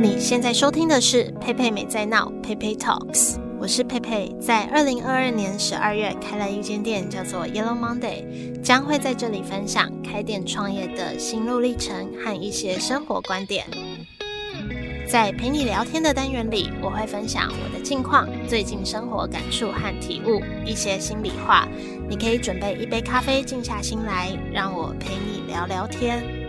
你现在收听的是《佩佩美在闹》佩佩 Talks，我是佩佩，在二零二二年十二月开了一间店，叫做 Yellow Monday，将会在这里分享开店创业的心路历程和一些生活观点。在陪你聊天的单元里，我会分享我的近况、最近生活感触和体悟，一些心里话。你可以准备一杯咖啡，静下心来，让我陪你聊聊天。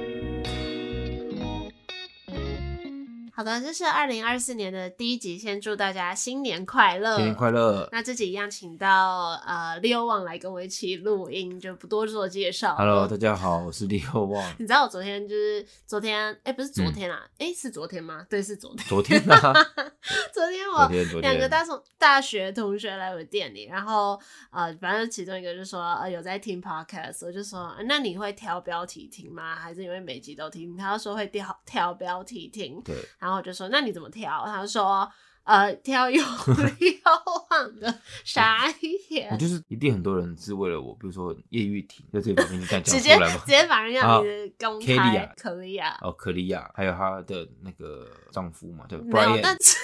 好的，这是二零二四年的第一集，先祝大家新年快乐！新年快乐嗯那这集一样，请到呃六旺来跟我一起录音，就不多做介绍了。 ！Hello，大家好，我是李厚 旺。你知道我昨天就是昨天，哎、不是昨天啊，哎、是昨天吗？对，是昨天。 昨天啊，昨天嗯昨我天昨两个天，大同大学同学来我店里，然后呃，反正其中一个就说呃有在听 podcast，我就说、呃那你会挑标题听吗？还是因为每集都听？他就说会挑挑标题听，对，然后我就说那你怎么挑？他就说呃挑 有力有望的，傻我眼，就是一定很多人是为了我，比如说叶玉婷，在这方面你敢讲直接出来吗直？接把人家好名字公 Kelly 开啊，可以啊，哦，克利亚，还有她的那个丈夫嘛，叫没有，但 Brian，谁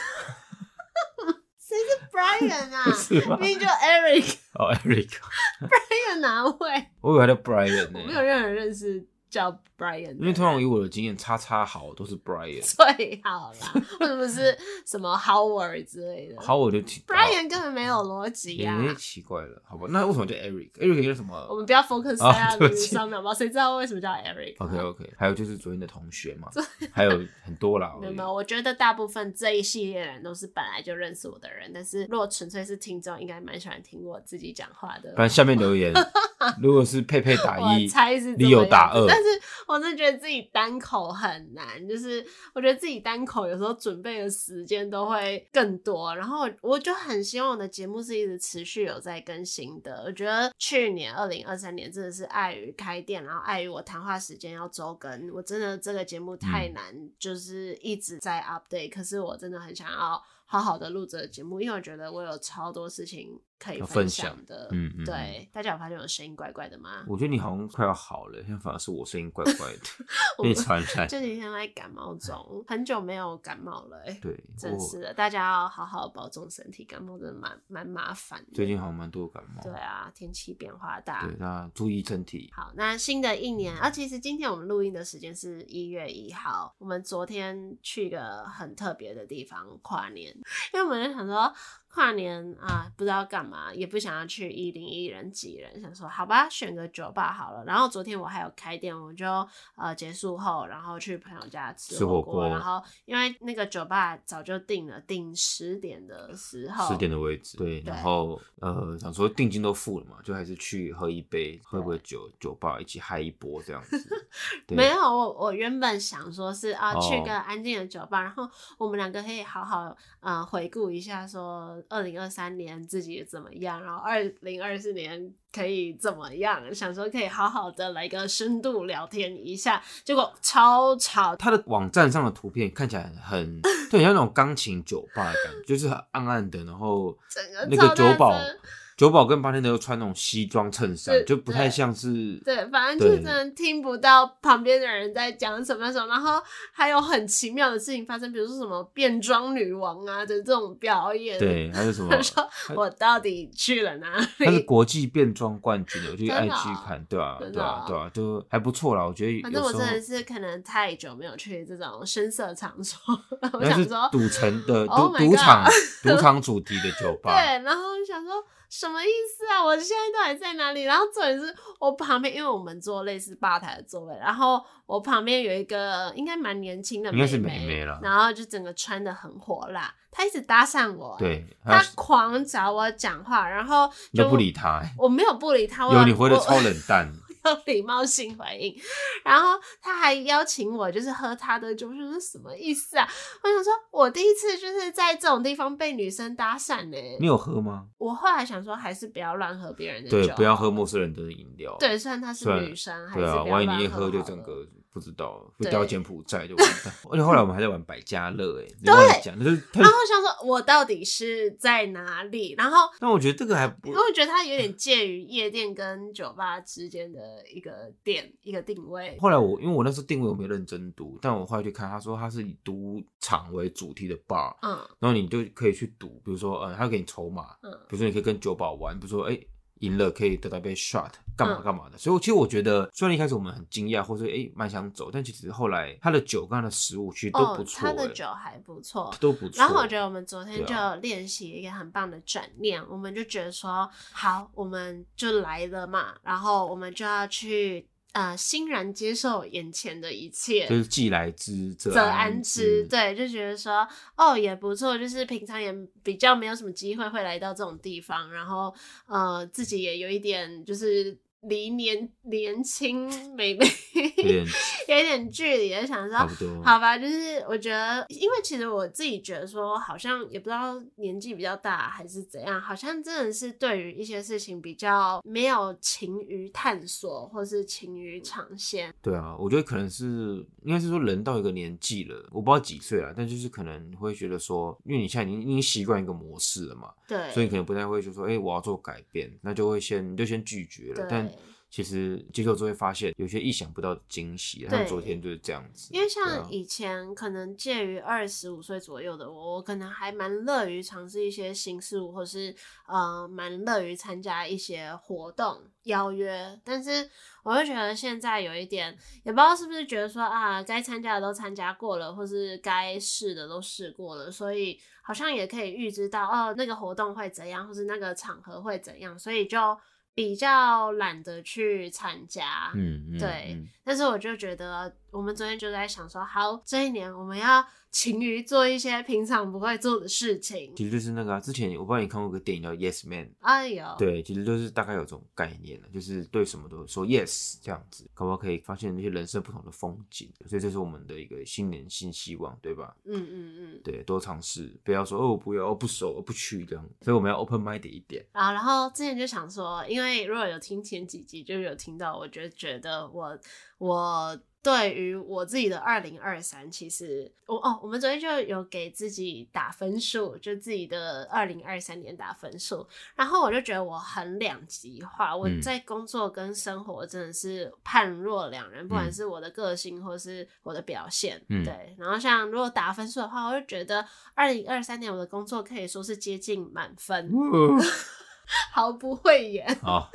是 Brian 啊？是吗？明明就 Eric， 哦，Eric，那个哪位？我以为他叫 Brian 我没有呢，任何认识叫 Brian，的啊因为通常以我的经验，叉叉好都是 Brian，最好啦，或者是什么 Howard 之类的。好我就挺 Brian 根本没有逻辑也呀、奇怪了，好吧？那为什么叫 Eric？Eric 叫什么我们不要 focus 在啊他对名不字起上面好不好？谁知道为什么叫 Eric？ ？OK OK，还有就是昨天的同学嘛，还有很多啦， 没有没有，我觉得大部分这一系列人都是本来就认识我的人，但是如果纯粹是听众，应该蛮喜欢听我自己讲话的反。正下面 留言，如果是佩佩打一我，猜是这么 Leo 打样子二但是我真的觉得自己单口很难，就是我觉得自己单口有时候准备的时间都会更多，然后我就很希望我的节目是一直持续有在更新的。我觉得去年二零二三年真的是碍于开店，然后碍于我谈话时间要周更，我真的这个节目太嗯难，就是一直在 update，可是我真的很想要。好好的录这个节目，因为我觉得我有超多事情可以要分分享享的。嗯嗯嗯对，大家有发现我声音怪怪的吗？我觉得你好像快要好了，现在反而是我声音怪怪的， 我被传 染。这几天在感冒中，很久没有感冒了、欸，对，真是我的，大家要好好保重身体，感冒真的蛮蛮麻烦的。最近好像蛮多感冒。对啊，天气变化大对，。大家注意身体。好，那新的一年啊，其实今天我们录音的时间是一月一号，我们昨天去一个很特别的地方跨年，因为我们就想说跨年啊，不知道干嘛，也不想要去一零一人挤人，想说好吧，选个酒吧好了。然后昨天我还有开店，我就呃结束后，然后去朋友家吃吃火火锅，锅然后因为那个酒吧早就定了，定十点的时候，十点的位置，对，对然后呃，想说定金都付了嘛，就还是去喝一杯，喝个酒，酒吧一起嗨一波这样 子。对没有，我我原本想说是啊，哦去个安静的酒吧，然后我们两个可以好好呃回顾一下，说二零二三年自己怎么样，然后二零二四年可以怎么样，想说可以好好的来个深度聊天一下，结果超吵，它的网站上的图片看起来很，对，很像那种钢琴酒吧的感觉，就是暗暗的，然后整个那超个大酒保声。酒保跟八天都穿那种西装衬衫对，就不对太像是对，反正就是对真的听不到旁边的人在讲什么什么，然后还有很奇妙的事情发生，比如说什么变装女王啊的这种表演，对，还有什么？他 说我到底去了哪他是里？国际变装冠军，我就真的爱哦去看，对啊，真的对啊哦，对啊，就还不错啦。我觉得有反时正我候真的是可能太久没有去这种深色场所，我那想是说，赌城 的 Oh 赌 my 赌 God 场赌场主题的酒吧，对，然后我就想说什么意思啊？我现在到底在哪里？然后重点是我旁边，因为我们坐类似吧台的座位，然后我旁边有一个应该蛮年轻的应妹妹，该是妹妹啦然后就整个穿的很火辣，她一直搭讪我、欸，对，还有她狂找我讲话，然后你就都不理。他，欸我没有不理她，我有你回的我超冷 淡，有礼貌性回应，然后他还邀请我，就是喝他的酒，我想说什么意思啊？我想说，我第一次就是在这种地方被女生搭讪呢、你有喝吗？我后来想说，还是不要乱喝别人的酒，对，不要喝陌生人的饮料，对，虽然她是虽然女生，还是对啊，不要万一乱你一喝喝就好整了个不知道会对掉柬埔寨就完 蛋。而且后来我们还在玩百家乐，哎，你对忘了讲，就是他然， 后我想说，我到底是在哪里？然后，但我觉得这个还不然后我觉得它有 点介于夜店跟酒吧之间的一个店，一个定位。后来我因为我那时候定位我没有认真读，但我后来去看，他说他是以赌场为主题的 bar，嗯然后你就可以去赌，比如说呃，他给你筹码，嗯比如说你可以跟酒保玩，比如说哎赢、了可以得到一杯 shot，干嘛嗯干嘛的。所以我其实我觉得，虽然一开始我们很惊讶，或者哎蛮想走，但其实后来他的酒跟他的食物其实都不哦，错、它的哎酒还不错。都不错。然后我觉得我们昨天对就啊有练习一个很棒的转念，我们就觉得说，好，我们就来了嘛，然后我们就要去呃欣然接受眼前的一切，就是嗯既来之则则安之，之，对，就觉得说哦也不错，就是平常也比较没有什么机会会来到这种地方，然后呃自己也有一点就是离年年轻美眉有点 有一点距离，就想差说不多。好吧，就是我觉得，因为其实我自己觉得说，好像也不知道年纪比较大还是怎样，好像真的是对于一些事情比较没有勤于探索，或是勤于尝鲜。对啊，我觉得可能是应该是说人到一个年纪了，我不知道几岁了，但就是可能会觉得说，因为你现在已经已经习惯一个模式了嘛，对，所以你可能不太会就说，哎、我要做改变，那就会先你就先拒绝了。但对。其实接受之后会发现，有些意想不到的惊喜。像对昨天就是这样子，因为对像啊以前可能介于二十五岁左右的我，我可能还蛮乐于尝试一些新事物，或是呃蛮乐于参加一些活动邀约。但是我会觉得现在有一点，也不知道是不是觉得说啊，该参加的都参加过了，或是该试的都试过了，所以好像也可以预知到哦那个活动会怎样，或是那个场合会怎样，所以就比较懒得去参加。嗯，嗯对嗯但是我就觉得，我们昨天就在想说，好，这一年我们要勤于做一些平常不会做的事情。其实就是那个、啊、之前我不知道你看过一个电影叫《Yes Man》，哎呦，对，其实就是大概有这种概念了，就是对什么都说 yes 这样子，可不好可以发现那些人生不同的风景？所以这是我们的一个新年新希望，对吧？嗯嗯嗯。对，多尝试，不要说哦我不要，我不熟，我不去这样。所以我们要 open mind 一点。然啊后，然后之前就想说，因为如果有听前几集，就有听到，我就觉得我我对于我自己的二零二三，其实我哦，我们昨天就有给自己打分数，就自己的二零二三年打分数。然后我就觉得我很两极化，我嗯在工作跟生活真的是判若两人，不管嗯是我的个性或是我的表现，嗯对。然后像如果打分数的话，我就觉得二零二三年我的工作可以说是接近满分，毫不讳言。 好，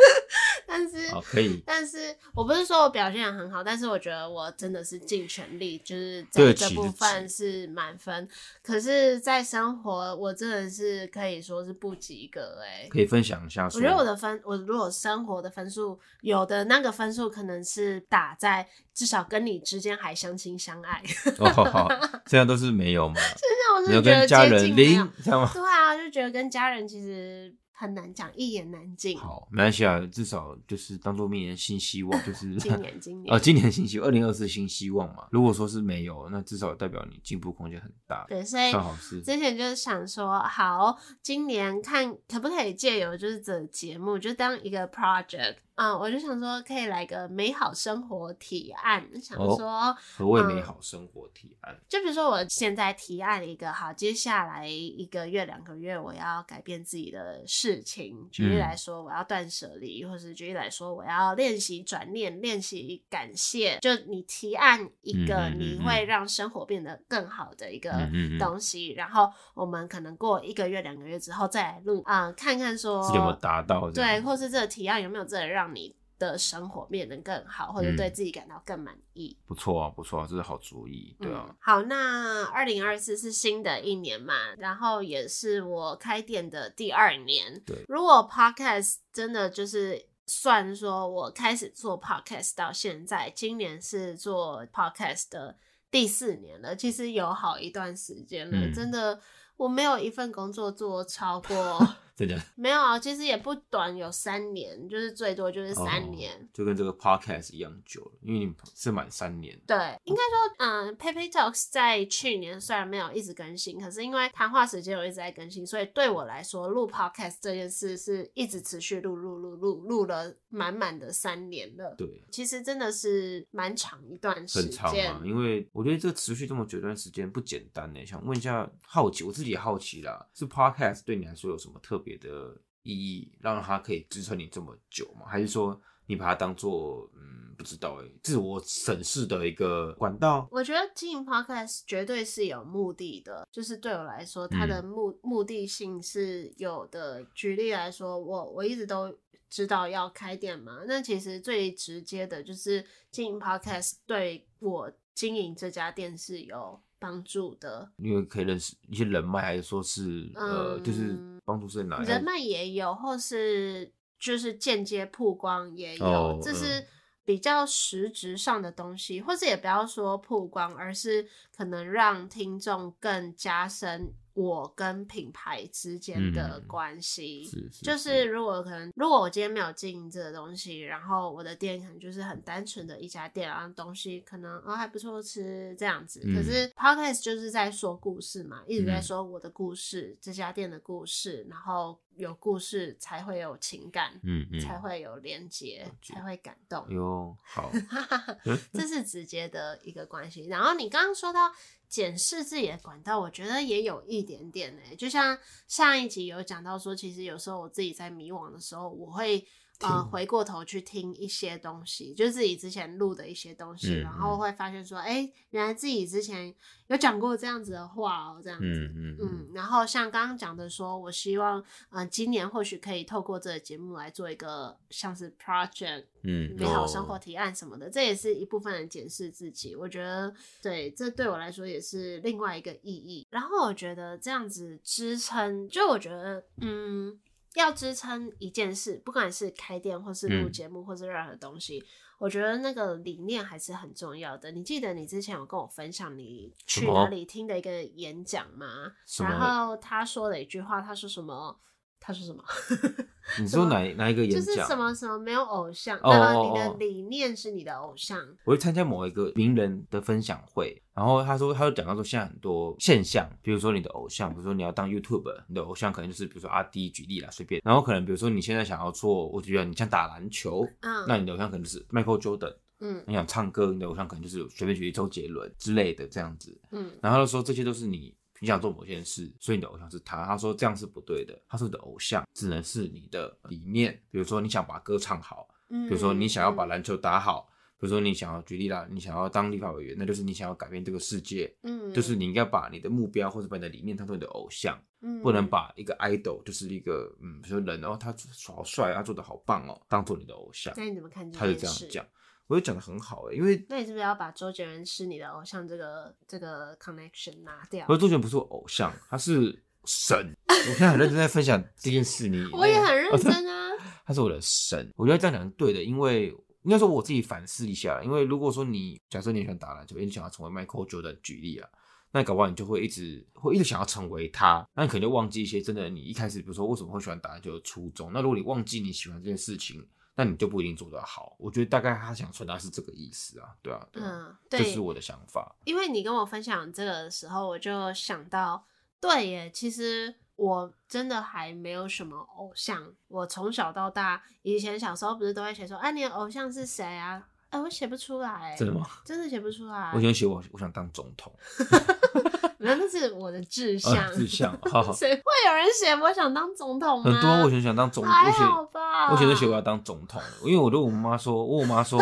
但是好，可以。但是我不是说我表现得很好，但是我觉得我真的是尽全力，就是在对这起部自己分是满分。可是，在生活，我真的是可以说是不及格哎、可以分享一下我说，觉得我的分，我如果生活的分数，有的那个分数可能是打在至少跟你之间还相亲相爱， 现哦，好好，这样都是 没有嘛？在我你是要觉得跟家接近人没零 有。，这样吗？对啊，就觉得跟家人其实很难讲，一言难尽。好，没关系啊，至少就是当做明年新希望，就是 今年，今年啊，今年新希望，二零二四新希望嘛。如果说是没有，那至少代表你进步空间很大，对，哎所以算好事。之前就是想说，好，今年看可不可以借由就是这节目，就当一个 project，嗯，我就想说可以来个美好生活提案，想哦说、何嗯谓美好生活提案？就比如说，我现在提案了一个，好，接下来一个月、两个月，我要改变自己的事情。举例嗯来说，我要断舍离，或是举例来说，我要练习转念，练习感谢。就你提案一个，嗯嗯嗯你会让生活变得更好的一个嗯嗯嗯东西。然后我们可能过一个月、两个月之后再来录啊、看看说自己有没有达到这对，样？或是这个提案有没有真的让你的生活变得更好，或者嗯对自己感到更满意。不错啊，不错啊，这是好主意，对啊嗯，，好，那二零二四是新的一年嘛，然后也是我开店的第二年。对如果 podcast 真的就是算说我开始做 podcast 到现在，今年是做 podcast 的第四年了，其实有好一段时间了，嗯 真的。我没有一份工作做超过真的假的？没有啊，其实也不短，有三年，就是最多就是三年。哦就跟这个 podcast 一样久了，因为你是满三年。对，应该说，嗯，PayPay Talks 在去年虽然没有一直更新，可是因为谈话时间我一直在更新，所以对我来说录 Podcast 这件事是一直持续录录录录录了满满的三年了。对，其实真的是蛮长一段时很长间。啊，因为我觉得这持续这么久一段时间不简单呢。想问一下，好奇，我自己也好奇啦，是 podcast 对你来说有什么特别的意义，让它可以支撑你这么久吗？还是说你把它当做嗯，不知道哎，自我审视的一个管道？我觉得经营 podcast 绝对是有目的的，就是对我来说，它的目、目的性是有的。举例来说，我我一直都知道要开店嘛，那其实最直接的就是经营 podcast 对我经营这家店是有帮助的，因为可以认识一些人脉，还是说是呃，嗯就是帮助是哪人脉也有，或是就是间接曝光也有，哦这嗯是比较实质上的东西，或是也不要说曝光，而是可能让听众更加深我跟品牌之间的嗯关系。是是，就是如果可能，如果我今天没有经营这个东西，然后我的店可能就是很单纯的一家店，然后东西可能哦还不错吃这样子。嗯可是 podcast 就是在说故事嘛，一直在嗯说我的故事，这家店的故事，然后有故事才会有情感，嗯嗯，才会有连接，才会感动。哟， 好，嗯这是直接的一个关系。然后你刚刚说到检视自己的管道，我觉得也有一点点呢、就像上一集有讲到说，其实有时候我自己在迷惘的时候，我会呃听回过头去听一些东西，就是自己之前录的一些东西，嗯然后嗯会发现说，哎、原来自己之前有讲过这样子的话哦、这样子。嗯嗯嗯嗯，然后像刚刚讲的说，我希望，嗯、今年或许可以透过这个节目来做一个像是 project 嗯，美好哦生活提案什么的，这也是一部分人检视自己。我觉得对，这对我来说也是另外一个意义。然后我觉得这样子支撑，就我觉得嗯，要支撑一件事，不管是开店或是录嗯节目或是任何东西。我觉得那个理念还是很重要的。你记得你之前有跟我分享你去什么哪里听的一个演讲吗？什然么？后他说了一句话，他说什么？他说什么？你说哪哪一个演就是讲？什么什么没有偶像，哦那哦你的哦理念是你的偶像，我去参加某一个名人的分享会，然后他说，他就讲到说现在很多现象，比如说你的偶像，比如说你要当 YouTube，你的偶像可能就是比如说阿迪举例啦，随便，然后可能比如说你现在想要做，我觉得你想打篮球，嗯，那你的偶像可能就是 Michael Jordan，嗯你想唱歌，你的偶像可能就是随便举例周杰伦之类的这样子，嗯然后他就说这些都是你。你想做某件事，所以你的偶像是他。他说这样是不对的。他说你的偶像只能是你的理念，比如说你想把歌唱好，嗯，比如说你想要把嗯篮球打好，比如说你想要举例啦，你想要当立法委员，那就是你想要改变这个世界，嗯，就是你应该把你的目标或者把你的理念当做你的偶像，嗯不能把一个 idol 就是一个嗯，比如说人哦，他好帅，他做的好棒哦，当做你的偶像，那你怎么看这他就件这样事？讲，我觉得讲的很好诶、欸因为那你是不是要把周杰伦是你的偶像这个这个 connection 拿掉我觉？得周杰伦不是我偶像，他是神，我现在很认真在分享这件事，你 我也那个很认真啊，他是我的神。我觉得这样讲是对的，因为应该说我自己反思一下，因为如果说你假设你喜欢打篮球，你想要成为 Michael Jordan 举例啊，那搞不好你就会一直会一直想要成为他，那你可能就忘记一些真的你一开始比如说为什么会喜欢打篮球的初衷。那如果你忘记你喜欢这件事情，那你就不一定做得好。我觉得大概他想传达是这个意思啊，对啊，对啊，嗯，这是对，我的想法。因为你跟我分享这个的时候，我就想到，对耶，其实我真的还没有什么偶像。我从小到大，以前小时候不是都会写说，哎、你的偶像是谁啊？哎、我写不出来，真的吗？真的写不出来我。想写我我想当总统，那那是我的志向，啊，志 向，好好，谁会有人写我想当总统吗？很多啊我以前想当总，还我写好吧。。我写的写我要当总统，因为我对我妈说，我问我妈说，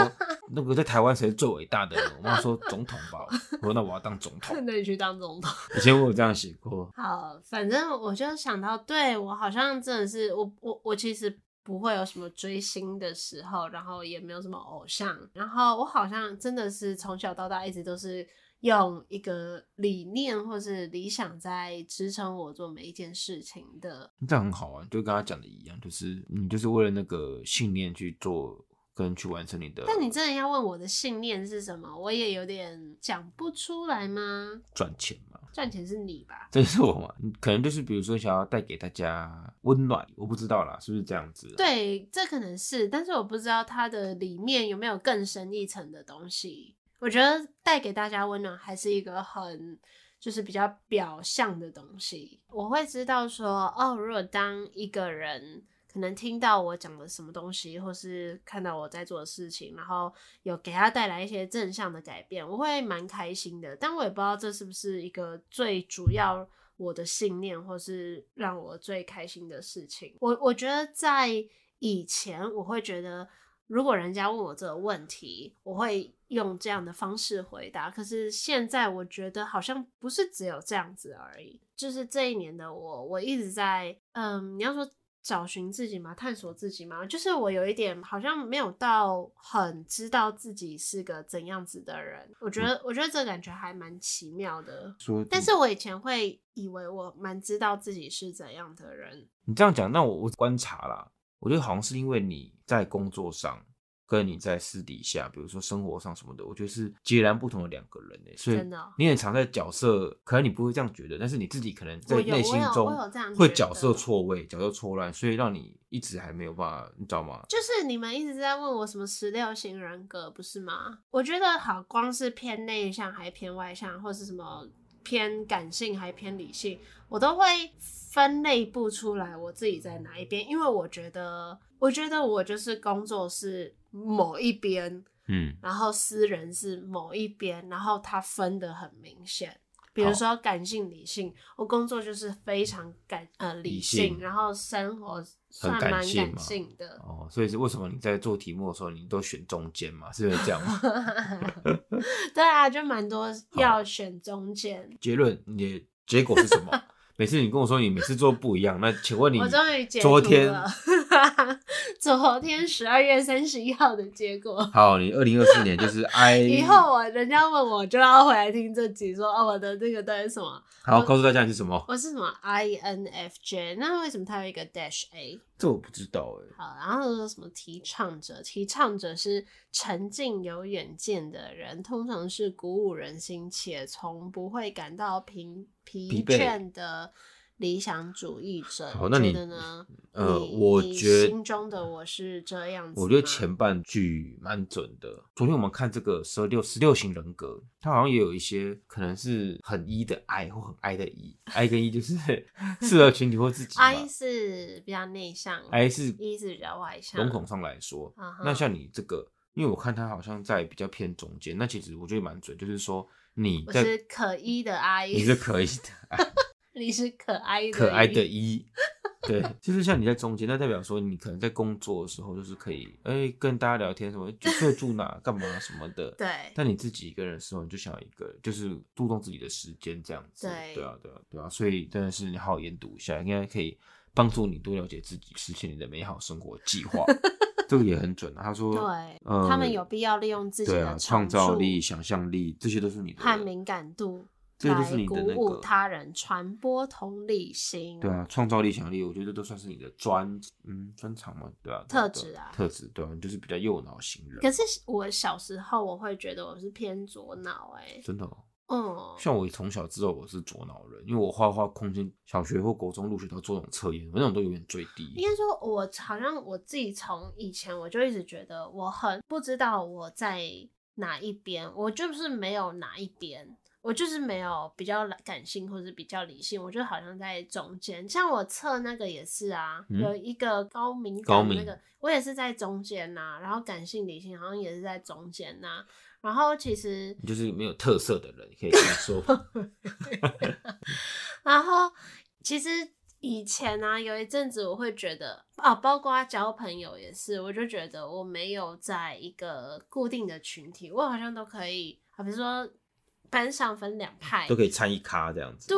那个在台湾谁是最伟大的人？我妈说总统吧，我说那我要当总统 那你去当总统。以前我有这样写过，好，反正我就想到，对我好像真的是我我我其实不会有什么追星的时候，然后也没有什么偶像，然后我好像真的是从小到大一直都是用一个理念或是理想在支撑我做每一件事情的。这样很好啊，就跟他讲的一样，就是你就是为了那个信念去做，跟去完成你的但你真的要问我的信念是什么，我也有点讲不出来吗？赚钱嘛。赚钱是你吧？这是我嘛？可能就是比如说想要带给大家温暖，我不知道啦，是不是这样子？，啊对，这可能是，但是我不知道它的里面有没有更深一层的东西。我觉得带给大家温暖还是一个很就是比较表象的东西。我会知道说，哦，如果当一个人可能听到我讲的什么东西，或是看到我在做的事情，然后有给他带来一些正向的改变，我会蛮开心的。但我也不知道这是不是一个最主要我的信念，或是让我最开心的事情。我我觉得在以前，我会觉得如果人家问我这个问题，我会用这样的方式回答。可是现在，我觉得好像不是只有这样子而已。就是这一年的我，我一直在，嗯，你要说找寻自己嘛，探索自己嘛，就是我有一点好像没有到很知道自己是个怎样子的人。我觉得，我觉得这个感觉还蛮奇妙的。说，但是我以前会以为我蛮知道自己是怎样的人，你这样讲，那我我观察啦，我觉得好像是因为你在工作上跟你在私底下，比如说生活上什么的，我觉得是截然不同的两个人诶、所以真的哦你很常在角色，可能你不会这样觉得，但是你自己可能在我有内心我有中我有这样会觉角色得错位、角色错乱，所以让你一直还没有办法，你知道吗？就是你们一直在问我什么十六型人格，不是吗？我觉得好，光是偏内向还偏外向，或是什么偏感性还偏理性，我都会分类不出来我自己在哪一边，因为我觉得，我觉得我就是工作是某一边，嗯，然后私人是某一边，然后它分得很明显。比如说感性、理性，我工作就是非常感呃理理性，性然后生活算蛮感感性嘛性的。哦，所以是为什么你在做题目的时候，你都选中间嘛？是因为这样吗？ 对啊，就蛮多要选中间。结论，你的结果是什 么？每次你跟我说你每次做不一样，那请问你我终于解昨读天了， 昨天十二月三十一号的结果。好，你二零二四年就是 I 以后我人家问我，就要回来听这集说，哦，我的那个到底是什么？好告诉大家你是什么？我是什么 INFJ？那为什么它有一个 dash A？这我不知道哎、好，然后说什么提倡者？提倡者是沉静有远见的人，通常是鼓舞人心且从不会感到疲疲疲惫倦的理想主义者。好那觉你得呢？呃，你我你觉心中的我是这样子吗。我觉得前半句蛮准的。昨天我们看这个十六十六型人格，它好像也有一些可能是很一的 I 或很 I 的 E，I 跟 E 就是 适合群体或自己嘛。 I 是比较内向 I 是，E 是比较外向。笼统上来说，啊哈，那像你这个，因为我看他好像在比较偏中间，那其实我觉得蛮准，就是说你我在是可一的 I，你是可以的，你是可爱的可爱 E 的一。 对，就是像你在中间，那代表说你可能在工作的时候，就是可以哎、跟大家聊天什么，就睡住哪 干嘛什么的。对。但你自己一个人的时候，你就想要一个人，就是注重自己的时间这样子。对对啊，对啊，对啊。所以真的是你好好研读一下，应该可以帮助你多了解自己，实现你的美好生活 计划。这个也很准啊。他说，对，呃他们有必要利用自己对的啊，长创造处力、想象力，这些都是你的和敏感度这来些都是你鼓的那舞个他人，传播同理心。对啊，创造力、想象力，我觉得都算是你的专嗯专长嘛，对啊，对特对质啊特质对啊，你就是比较右脑型人，可是我小时候，我会觉得我是偏左脑、欸，真的、哦。嗯，像我从小知道我是左脑人，因为我画画空间，小学或国中入学都做那种测验，我那种都永远最低。应该说，我好像我自己从以前我就一直觉得我很不知道我在哪一边，我就是没有哪一边，我就是没有比较感性或者比较理性，我就好像在中间。像我测那个也是啊，嗯有一个高敏高感的那敏个，我也是在中间呐、然后感性理性好像也是在中间呐、然后其实你就是没有特色的人，可以这样 说吧。然后其实以前呢、啊，有一阵子我会觉得啊，包括交朋友也是，我就觉得我没有在一个固定的群体，我好像都可以啊，比如说班上分两派都。可以参一咖这样子。哎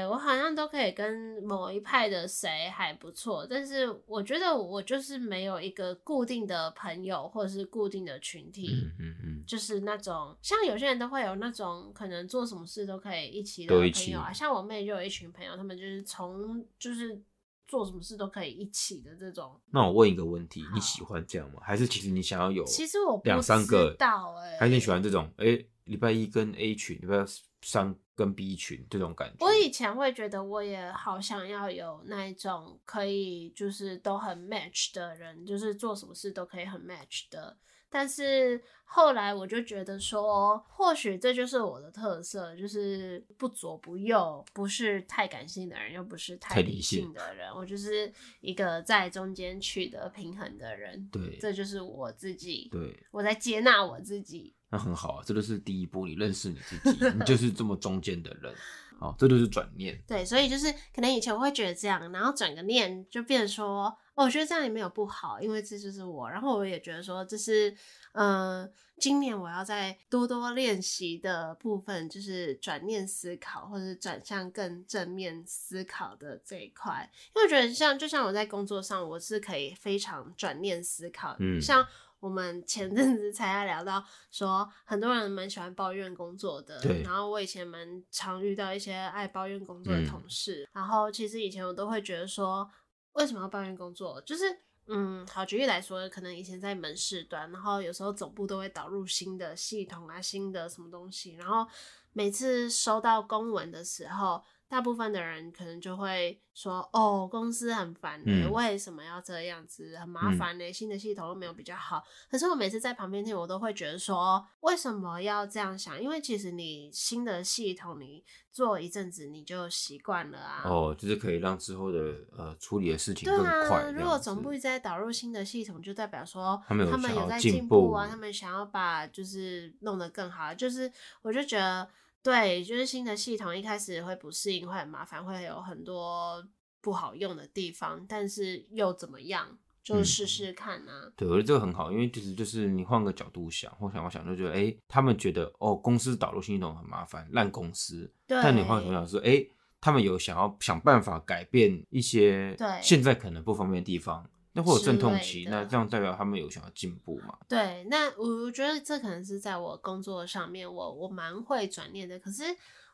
对我好像都可以跟某一派的谁还不错，但是我觉得我就是没有一个固定的朋友或者是固定的群体，嗯嗯嗯，就是那种像有些人都会有那种可能做什么事都可以一起的都一朋友啊，起像我妹就有一群朋友，他们就是从就是做什么事都可以一起的这种。那我问一个问题，好你喜欢这样吗？还是其实你想要有其实我不两三个知道欸还是你喜欢这种？哎、礼拜一跟 A 群，礼拜三跟 B 群这种感觉。我以前会觉得我也好想要有那一种可以就是都很 match 的人，就是做什么事都可以很 match 的。但是后来我就觉得说，或许这就是我的特色，就是不左不右，不是太感性的人，又不是太太理理性性的人，我就是一个在中间取得平衡的人。对这就是我自己，对，我在接纳我自己。那很好啊，这就是第一步，你认识你自己，你就是这么中间的人。好，这就是转念。对，所以就是可能以前我会觉得这样，然后转个念就变成说，哦，我觉得这样也没有不好，因为这就是我。然后我也觉得说，这是嗯、呃今年我要再多多练习的部分，就是转念思考，或者是转向更正面思考的这一块。因为我觉得像就像我在工作上，我是可以非常转念思考，嗯像。我们前阵子才在聊到说，很多人蛮喜欢抱怨工作的，对然后我以前蛮常遇到一些爱抱怨工作的嗯同事，然后其实以前我都会觉得说，为什么要抱怨工作？就是嗯，好，举例来说，可能以前在门市端，然后有时候总部都会导入新的系统啊，新的什么东西，然后每次收到公文的时候，大部分的人可能就会说，哦，公司很烦、欸，嗯为什么要这样子，很麻嗯烦呢、新的系统又没有比较好。可是我每次在旁边听，我都会觉得说，为什么要这样想？因为其实你新的系统，你做一阵子你就习惯了啊。哦，就是可以让之后的呃处理的事情对更快。啊，这如样果子总部一直在导入新的系统，就代表说他们有想要在进进步啊，步他们想要把就是弄得更好啊。就是我就觉得，对，就是新的系统一开始会不适应，会很麻烦，会有很多不好用的地方，但是又怎么样？就嗯试试看啊。对，我觉得这个很好，因为就是就是你换个角度想，或想要想就觉得，哎、他们觉得哦，公司导入新系统很麻烦，烂公司。对，但你换个角度想说，哎、他们有想要想办法改变一些对现在可能不方便的地方，那会有之阵痛类期，的那这样代表他们有想要进步嘛？对，那我觉得这可能是在我工作上面，我我蛮会转念的。可是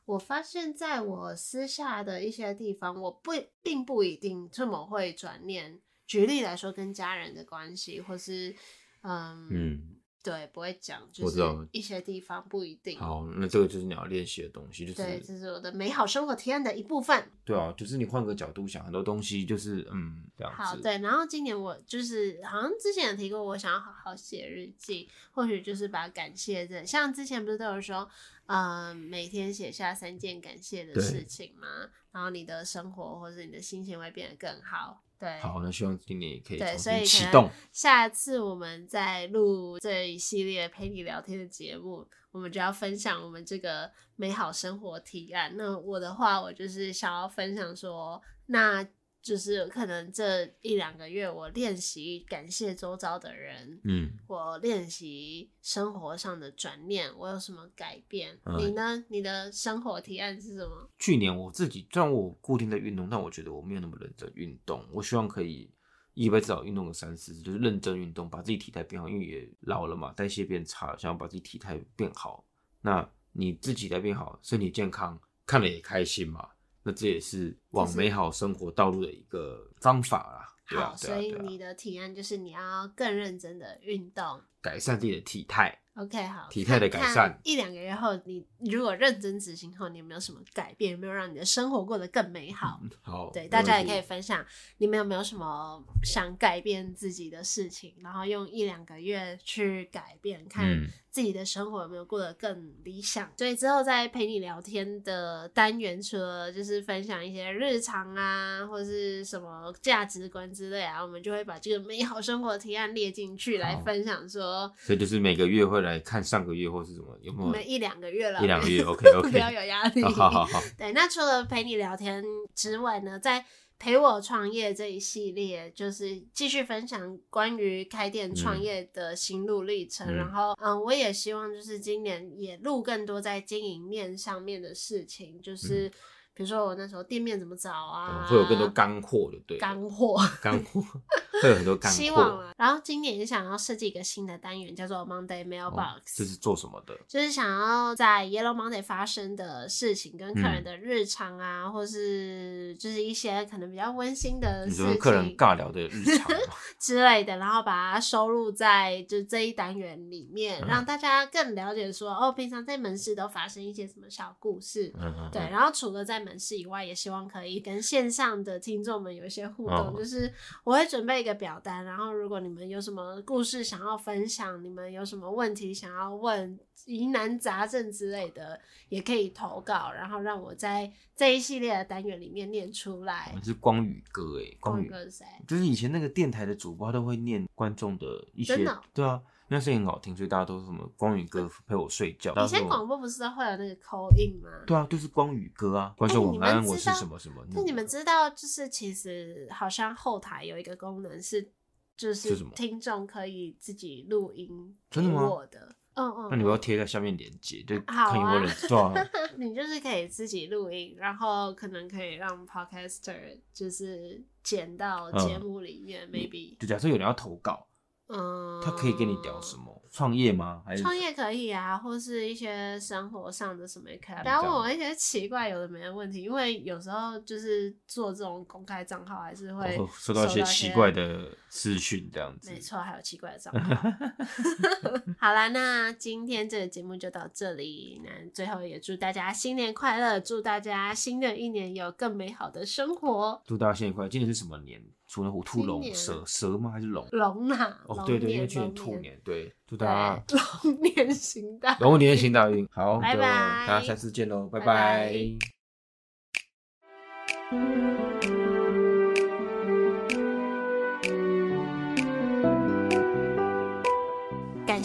我发现，在我私下的一些地方，我不并不一定这么会转念。举例来说，跟家人的关系，或是嗯嗯，对，不会讲，就我知是道一些地方不一定。嗯好，那这个就是你要练习的东西，就是对，这是我的美好生活提案的一部分。对啊，就是你换个角度想，很多东西就是嗯这样子。好，对，然后今年我就是好像之前有提过，我想要好好写日记，或许就是把感谢的，像之前不是都有说，呃，每天写下三件感谢的对事情吗？然后你的生活或者你的心情会变得更好。对，好，那希望今年也可以对，重所以新可启能动。下次我们再录这一系列陪你聊天的节目，我们就要分享我们这个美好生活提案。那我的话，我就是想要分享说，那就是可能这一两个月我练习感谢周遭的人，嗯，我练习生活上的转念，我有什么改变？嗯你呢？你的生活提案是什么？去年我自己虽然我固定在运动，但我觉得我没有那么认真运动。我希望可以一个礼拜至少运动个三四次，就是认真运动，把自己体态变好，因为也老了嘛，代谢变差，想要把自己体态变好。那你自己体态变好，身体健康，看了也开心嘛。那这也是往是美好生活道路的一个方法啦。对啊好，，对所啊，以对啊你，的提案就是你要更认真的运动。改善自己的体态。 OK，好，体态的哦看改善看一两个月后，你你如果认真执行后，你有没有什么改变？有没有让你的生活过得更美好？好，对，嗯没大家问也题可以分享你们有没有什么想改变自己的事情，然后用一两个月去改变，看嗯自己的生活有没有过得更理想。所以之后在陪你聊天的单元，除了就是分享一些日常啊，或是什么价值观之类啊，我们就会把这个美好生活提案列进去来好分享说。 所以就是每个月会来看上个月或是什么有没我们有一两个月了，一两 个月，OK 不要 OK，有压力。好 好好好，对，那除了陪你聊天之外呢，在陪我创业这一系列，就是继续分享关于开店创业的心路历程。嗯然后，嗯，我也希望就是今年也录更多在经营面上面的事情，就是。比如说我那时候店面怎么找啊，嗯嗯会有更多干货，就对了，干货， 干货会有很多干货。希望啊。然后今年也想要设计一个新的单元，叫做 Monday 哦 Mailbox，、这是做什么的？就是想要在 Yellow Monday 发生的事情，跟客人嗯的日常啊，或是就是一些可能比较温馨的你事就跟情，客人尬聊的日常 嘛，之类的，然后把它收录在就这一单元里面，嗯让大家更了解说哦，平常在门市都发生一些什么小故事。嗯嗯，对，嗯，然后除了在门市以外，也希望可以跟线上的听众们有一些互动。哦就是我会准备一个表单，然后如果你们有什么故事想要分享，你们有什么问题想要问、疑难杂症之类的，也可以投稿，然后让我在这一系列的单元里面念出来我。们是光宇哥哎，光宇哥是谁？就是以前那个电台的主播，他都会念观众的一些真的哦，呃对啊，因为声音很好听，所以大家都是什么光宇哥陪我睡觉。以前然后什广么播不是都会有那个口音吗？对啊，就是光宇哥啊，观众晚哎安，你们我知道是什么什么。那你们知道，就是其实好像后台有一个功能是，就是是什么听众可以自己录音给真的吗我的。嗯嗯，那你们要贴在下面连接，就好啊看有没有人对啊， 你就是可以自己录音，然后可能可以让 podcaster 就是剪到嗯节目里面、m a y b e 就假设有人要投稿， 嗯，他可以跟你聊什？么？创业吗？还是哦创业可以啊，或是一些生活上的什么也可以啊。嗯不要问我一些奇怪有的没的问题，因为有时候就是做这种公开账号还是会哦收到一些奇怪的私讯这样子。没错，还有奇怪的账 号。 好啦，那今天这个节目就到这里。那最后也祝大家新年快乐，祝大家新的一年有更美好的生活。祝大家新年快乐！今年是什么年？除了虎兔龙今年蛇蛇吗？还是龙？龙啦，哦，龙对对，因为年去年龙兔年，年，对，啊祝大家对， 龙年行大龙年行大运。好，拜就拜大家下次见喽，拜拜拜。感